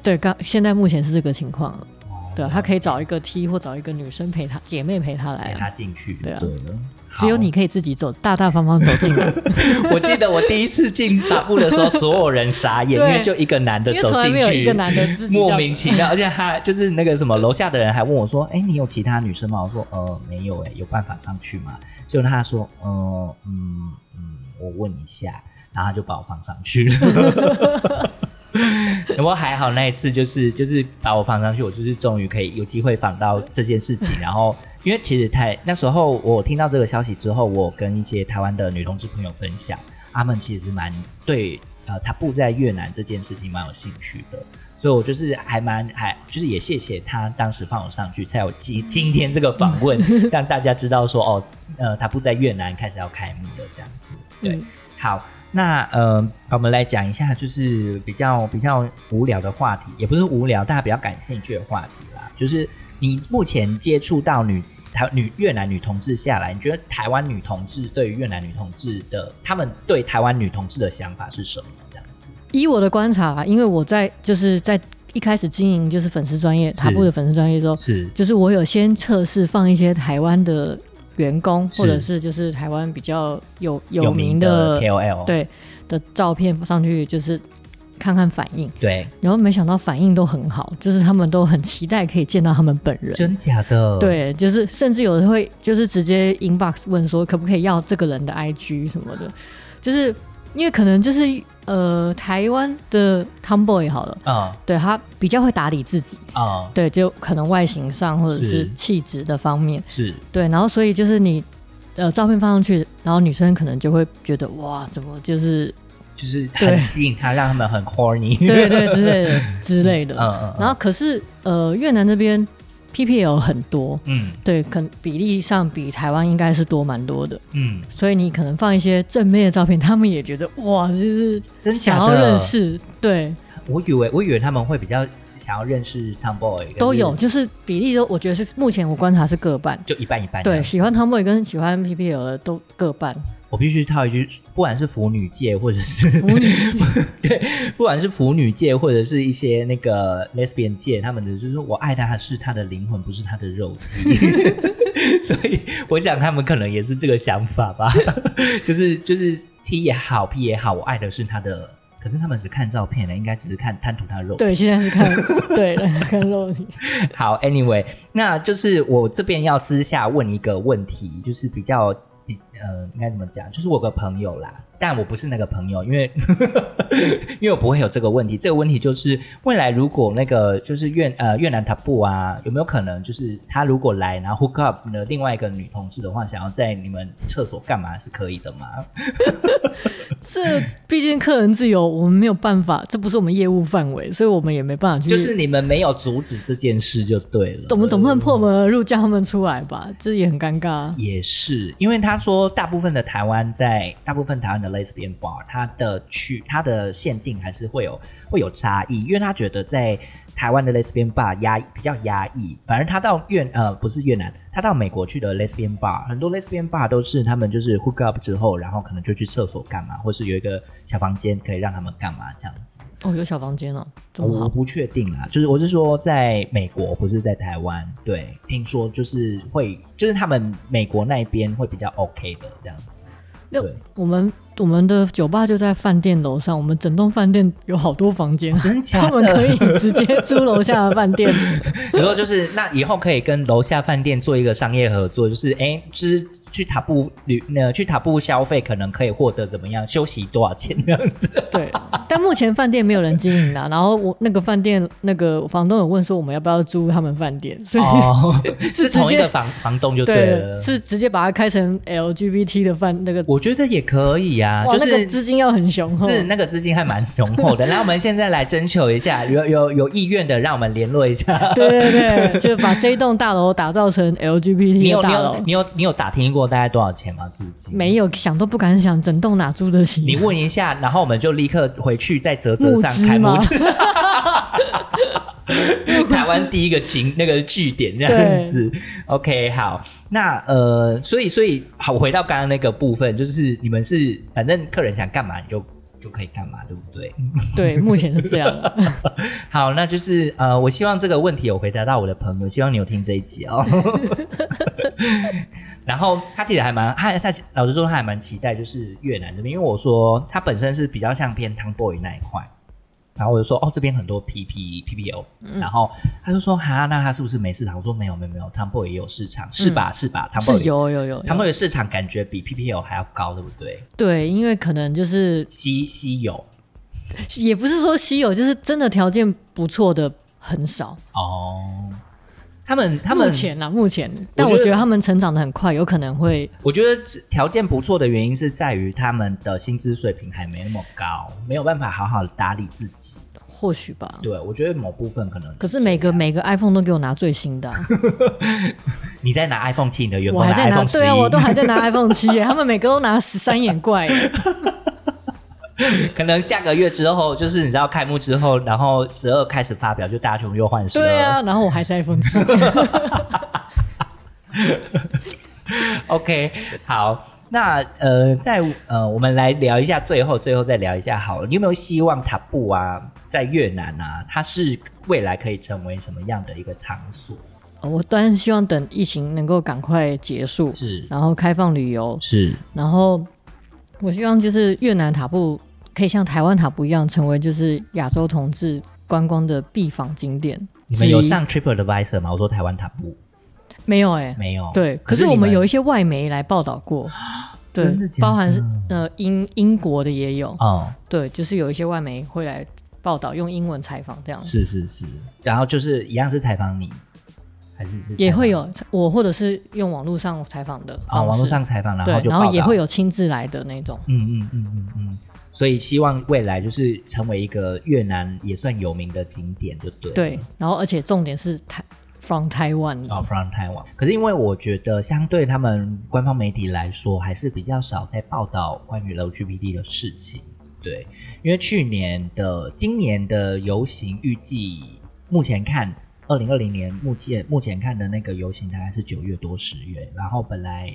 Speaker 2: 对，刚现在目前是这个情况了，
Speaker 1: 哦
Speaker 2: 对啊，他可以找一个 T 或找一个女生陪他姐妹陪他来
Speaker 1: 带
Speaker 2: 啊，
Speaker 1: 他进去就
Speaker 2: 对啊
Speaker 1: 了。
Speaker 2: 只有你可以自己走，大大方方走进 来，
Speaker 1: 好。我记得我第一次进塔布的时候，所有人傻眼，因
Speaker 2: 对
Speaker 1: 为就一个男的
Speaker 2: 因为
Speaker 1: 走
Speaker 2: 从来
Speaker 1: 进
Speaker 2: 没有一
Speaker 1: 去，
Speaker 2: 个男的自己这样
Speaker 1: 莫名其妙，而且他就是那个什么，楼下的人还问我说：“哎、你有其他女生吗？”我说：“呃，没有、哎，有办法上去吗？”就他说：“呃，嗯嗯，我问一下。”然后他就把我放上 去了。然后还好那一次就是就是把我放上去，我就是终于可以有机会访到这件事情。然后因为其实台那时候我听到这个消息之后，我跟一些台湾的女同志朋友分享，他们其实蛮对呃他布在越南这件事情蛮有兴趣的。所以我就是还蛮还就是也谢谢他当时放我上去，才有今今天这个访问，让大家知道说哦，呃，他不在越南开始要开幕了这样子。对，
Speaker 2: 嗯
Speaker 1: 好，那呃，我们来讲一下就是比较比较无聊的话题，也不是无聊，大家比较感兴趣的话题啦，就是你目前接触到女。台女越南女同志下来，你觉得台湾女同志对于越南女同志的，他们对台湾女同志的想法是什么？这样子，
Speaker 2: 以我的观察啦，因为我在就是在一开始经营就是粉丝专业，
Speaker 1: 是
Speaker 2: 塔布的粉丝专业之后，
Speaker 1: 是
Speaker 2: 就是我有先测试放一些台湾的员工，
Speaker 1: 是
Speaker 2: 或者是就是台湾比较有
Speaker 1: 有
Speaker 2: 有
Speaker 1: 名
Speaker 2: 名
Speaker 1: 的
Speaker 2: 的
Speaker 1: KOL，
Speaker 2: 对的照片上去，就是看看反应。
Speaker 1: 对，
Speaker 2: 然后没想到反应都很好，就是他们都很期待可以见到他们本人。
Speaker 1: 真假的？，
Speaker 2: 对，就是甚至有的会就是直接 inbox 问说可不可以要这个人的 IG 什么的，就是因为可能就是呃台湾的 tomboy 好了，
Speaker 1: 嗯
Speaker 2: 对他比较会打理自己，
Speaker 1: 嗯，
Speaker 2: 对，就可能外形上或者是
Speaker 1: 是
Speaker 2: 气质的方面，
Speaker 1: 是
Speaker 2: 对，然后所以就是你呃照片放上去，然后女生可能就会觉得哇，怎么就是
Speaker 1: 就是
Speaker 2: 对
Speaker 1: 很吸引他，让他们很 horny。
Speaker 2: 对对之类的之类的
Speaker 1: 嗯，嗯，
Speaker 2: 然后可是呃越南这边 PPL 很多，
Speaker 1: 嗯
Speaker 2: 对，可能比例上比台湾应该是多蛮多的，
Speaker 1: 嗯，
Speaker 2: 所以你可能放一些正面的照片，他们也觉得哇，就是
Speaker 1: 真
Speaker 2: 想
Speaker 1: 假
Speaker 2: 要
Speaker 1: 的？
Speaker 2: 认识，对，
Speaker 1: 我以为我以为他们会比较想要认识 tomboy，可是
Speaker 2: 都有，就是比例都，我觉得是目前我观察是各半，
Speaker 1: 就一半一半。
Speaker 2: 对，，喜欢 Tomboy 跟喜欢 PPL 的都各半，
Speaker 1: 我必须套一句，不管是腐女界或者是
Speaker 2: 母女界
Speaker 1: 不管是腐女界或者是一些那个 lesbian 界，他们的就是我爱他是他的灵魂，不是他的肉体。所以我想他们可能也是这个想法吧， 就是就是 T 也好，P 也好，我爱的是他的，可是他们只看照片了，啊应该只是看贪图他的肉体。
Speaker 2: 对，现在是看对看肉体，
Speaker 1: 好，Anyway，那就是我这边要私下问一个问题，就是比较。比呃，应该怎么讲？就是我有个朋友啦，但我不是那个朋友，因为 因为我不会有这个问题。这个问题就是未来如果那个就是越呃越南塔布啊，有没有可能就是他如果来然后 hook up 的另外一个女同志的话，想要在你们厕所干嘛是可以的吗？
Speaker 2: 这毕竟客人自由，我们没有办法，这不是我们业务范围，所以我们也没办法去，
Speaker 1: 就是你们没有阻止这件事就对了。
Speaker 2: 我们总不能破门而入叫他们出来吧，这也很尴尬啊。
Speaker 1: 也是，因为他说大部分的台湾在大部分台湾的 lesbian bar，它的区它的限定还是会有会有差异，因为他觉得在台湾的 lesbian bar 压比较压抑，反而他到越呃不是越南，他到美国去的 lesbian bar，很多 lesbian bar 都是他们就是 hook up 之后，然后可能就去厕所干嘛，或是有一个小房间可以让他们干嘛这样子。
Speaker 2: 哦，有小房间哦，这么
Speaker 1: 我
Speaker 2: 好，
Speaker 1: 不确定啊，就是我是说，在美国不是在台湾，对，听说就是会，就是他们美国那边会比较 OK 的这样子，
Speaker 2: 那
Speaker 1: 对，
Speaker 2: 我们我们的酒吧就在饭店楼上，我们整栋饭店有好多房 间，
Speaker 1: 真
Speaker 2: 他
Speaker 1: 假
Speaker 2: 们可
Speaker 1: 的？
Speaker 2: 以直接租楼下的饭 店。
Speaker 1: 然后就是那以后可以跟楼下饭店做一个商业合作，就是哎、就是去塔布旅，呃，去塔布消费可能可以获得怎么样，休息多少钱这样子？
Speaker 2: 对，但目前饭店没有人经营啦。然后我那个饭店那个房东有问说我们要不要租他们饭店，所以、
Speaker 1: 哦， 是
Speaker 2: 直接
Speaker 1: 同一个房房东就对
Speaker 2: 对
Speaker 1: 了。
Speaker 2: 是直接把它开成 LGBT 的饭那个，
Speaker 1: 我觉得也可以啊，
Speaker 2: 哇，
Speaker 1: 就
Speaker 2: 那
Speaker 1: 是
Speaker 2: 个资金要很雄 厚。
Speaker 1: 是那个资金还蛮雄厚的。那我们现在来征求一下，有有有意愿的，让我们联络一 下。
Speaker 2: 对对对，就是把这一栋大楼打造成
Speaker 1: 你
Speaker 2: LGBT
Speaker 1: 有
Speaker 2: 的
Speaker 1: 你
Speaker 2: 大
Speaker 1: 有
Speaker 2: 楼，
Speaker 1: 你有你有打听过大概多少钱吗？租金？
Speaker 2: 没有想都不敢想，整栋哪租得起啊？
Speaker 1: 你问一下，然后我们就立刻回去在泽泽上
Speaker 2: 募资
Speaker 1: 开
Speaker 2: 吗
Speaker 1: 幕。 台湾第一个景那个据点这
Speaker 2: 对
Speaker 1: 样子。OK，好，那呃，所以所以好，我回到刚刚那个部分，就是你们是反正客人想干嘛你就就可以干嘛，对不对？
Speaker 2: 对，目前是这样的。
Speaker 1: 好，那就是呃，我希望这个问题有回答到我的朋友，希望你有听这一集 哦。然后他其实还蛮，他他老实说他还蛮期待就是越南这边，因为我说他本身是比较像偏 Tomboy 那一块，然后我就说哦这边很多 PP PPL，、然
Speaker 2: 嗯
Speaker 1: 后他就说哈那他是不是没市场？我说没有没有没有，Tomboy 也有市场，是吧、是吧
Speaker 2: 是
Speaker 1: ？Tomboy
Speaker 2: 有有有有
Speaker 1: Tomboy 的市场感觉比 PPL 还要高，对不对？
Speaker 2: 对，因为可能就是
Speaker 1: 稀稀有
Speaker 2: 也不是说稀有，就是真的条件不错的很少。
Speaker 1: 哦，他们他们
Speaker 2: 目前啊，目前，但
Speaker 1: 我
Speaker 2: 我
Speaker 1: 觉
Speaker 2: 觉
Speaker 1: 得
Speaker 2: 得他们成长的很快，有可能会
Speaker 1: 我觉得条件不错的原因是在于他们的薪资水平还没那么高，没有办法好好打理自己。
Speaker 2: 或许吧。
Speaker 1: 对，我觉得某部分可能。
Speaker 2: 嗯可是每个每个 iPhone 都给我拿最新的啊、
Speaker 1: 你在拿 iPhone 七，你的员
Speaker 2: 我
Speaker 1: 工
Speaker 2: 还
Speaker 1: 拿
Speaker 2: 在拿，
Speaker 1: iPhone 十
Speaker 2: 对啊，我都
Speaker 1: 一，
Speaker 2: 还在拿 iPhone 七耶，他们每个都拿十三眼怪耶，
Speaker 1: 可能下个月之后， 就是你知道开幕之后，然后十二开始发表，就大家全部又换十二。
Speaker 2: 对啊，然后我还是 iPhone 七，
Speaker 1: OK，好，那呃，在呃，我们来聊一下，最后最后再聊一下好了。你有没有希望塔布啊，在越南啊，它是未来可以成为什么样的一个场所？
Speaker 2: 我当然希望等疫情能够赶快结束，
Speaker 1: 是
Speaker 2: 然后开放旅游，
Speaker 1: 是，
Speaker 2: 然后我希望就是越南塔布可以像台湾塔布一样，成为就是亚洲同志观光的必访景点之一。
Speaker 1: 你们有上 Triple Advisor 吗？我说台湾塔布
Speaker 2: 没有哎、
Speaker 1: 没有。
Speaker 2: 对，可
Speaker 1: 哦可
Speaker 2: 是我
Speaker 1: 你
Speaker 2: 们
Speaker 1: 们
Speaker 2: 有一些外媒来报道过，对
Speaker 1: 真的，假的嗯
Speaker 2: 包含是呃英英国的也有，
Speaker 1: 哦，
Speaker 2: 对，就是有一些外媒会来报道，用英文采访这样，
Speaker 1: 是是是，然后就是一样是采访你，还是是
Speaker 2: 也
Speaker 1: 采访
Speaker 2: 会有我或者是用网络上采访的
Speaker 1: 啊、
Speaker 2: 方式
Speaker 1: 网络上采访，然后
Speaker 2: 对，
Speaker 1: 就
Speaker 2: 然后
Speaker 1: 报
Speaker 2: 也
Speaker 1: 道
Speaker 2: 会有亲自来的那种。
Speaker 1: 嗯嗯嗯嗯嗯，所以希望未来就是成为一个越南也算有名的景点，就对了。
Speaker 2: 对，然后而且重点是台 from 台湾
Speaker 1: 哦、f r o m Taiwan。可是因为我觉得，相对他们官方媒体来说，还是比较少在报道关于 LGBT 的事情。对，因为去年的、今年的游行预计，目前看，二零二零年目前目前看的那个游行大概是九月多十月，然后本来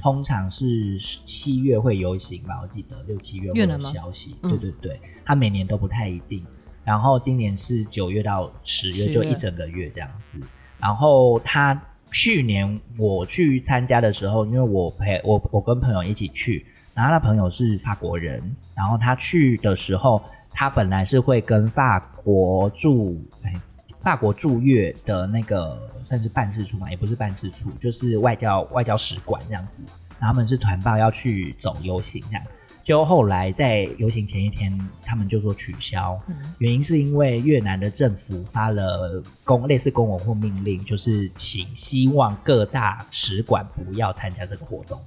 Speaker 1: 通常是七月会游行吧，我记得六七月会
Speaker 2: 越南
Speaker 1: 有
Speaker 2: 吗
Speaker 1: 消息。
Speaker 2: 嗯
Speaker 1: 对对对，它每年都不太一定。然后今年是九月到十
Speaker 2: 10
Speaker 1: 月，
Speaker 2: 月
Speaker 1: 就一整个月这样子。然后他去年我去参加的时候，因为我陪我我跟朋友一起去，然后他朋友是法国人，然后他去的时候，他本来是会跟法国驻哎法国驻越的那个算是办事处嘛，也不是办事处，就是外交外交使馆这样子。然后他们是团报要去走游行这样，就后来在游行前一天，他们就说取消，
Speaker 2: 嗯
Speaker 1: 原因是因为越南的政府发了公类似公文或命令，就是请希望各大使馆不要参加这个活动。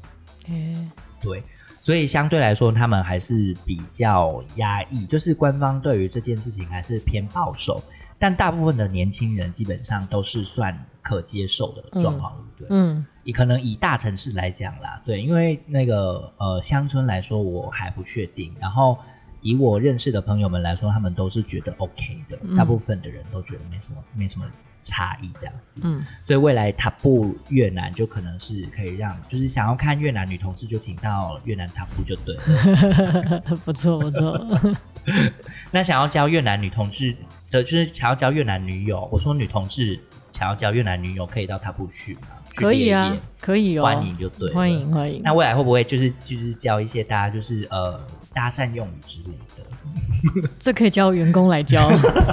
Speaker 2: 诶
Speaker 1: 对，所以相对来说，他们还是比较压抑，就是官方对于这件事情还是偏保守，但大部分的年轻人基本上都是算可接受的状况，对不对？
Speaker 2: 嗯，
Speaker 1: 也可能以大城市来讲啦，对，因为那个呃乡村来说，我还不确定。然后以我认识的朋友们来说，他们都是觉得 OK 的，
Speaker 2: 嗯
Speaker 1: 大部分的人都觉得没什么没什么差异这样子。
Speaker 2: 嗯，
Speaker 1: 所以未来塔布越南就可能是可以让，就是想要看越南女同志，就请到越南塔布就对了。
Speaker 2: 不错不错，
Speaker 1: 那想要交越南女同志的，就是想要交越南女友，我说女同志想要交越南女友，可以到塔布去吗？去
Speaker 2: 可以啊
Speaker 1: 猎野，
Speaker 2: 可以哦，
Speaker 1: 欢迎就对了
Speaker 2: 欢迎欢迎
Speaker 1: 那未来会不会就是就是教一些大家就是呃搭讪用语之类的，
Speaker 2: 这可以教员工来 教，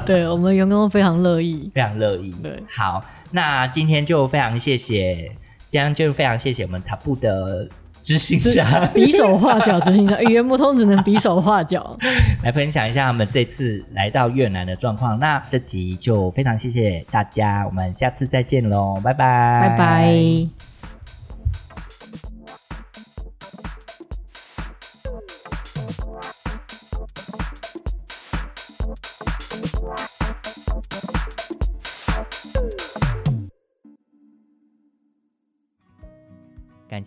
Speaker 2: 对我们员工都非常乐意。
Speaker 1: 非常乐意。
Speaker 2: 对，
Speaker 1: 好，那今天就非常谢谢，今天就非常谢谢我们塔布的执行长
Speaker 2: 比手画脚 执行长，语言不通只能比手画脚。
Speaker 1: 来分享一下他们这次来到越南的状况。那这集就非常谢谢大家，我们下次再见喽，拜拜，
Speaker 2: 拜拜。
Speaker 3: 感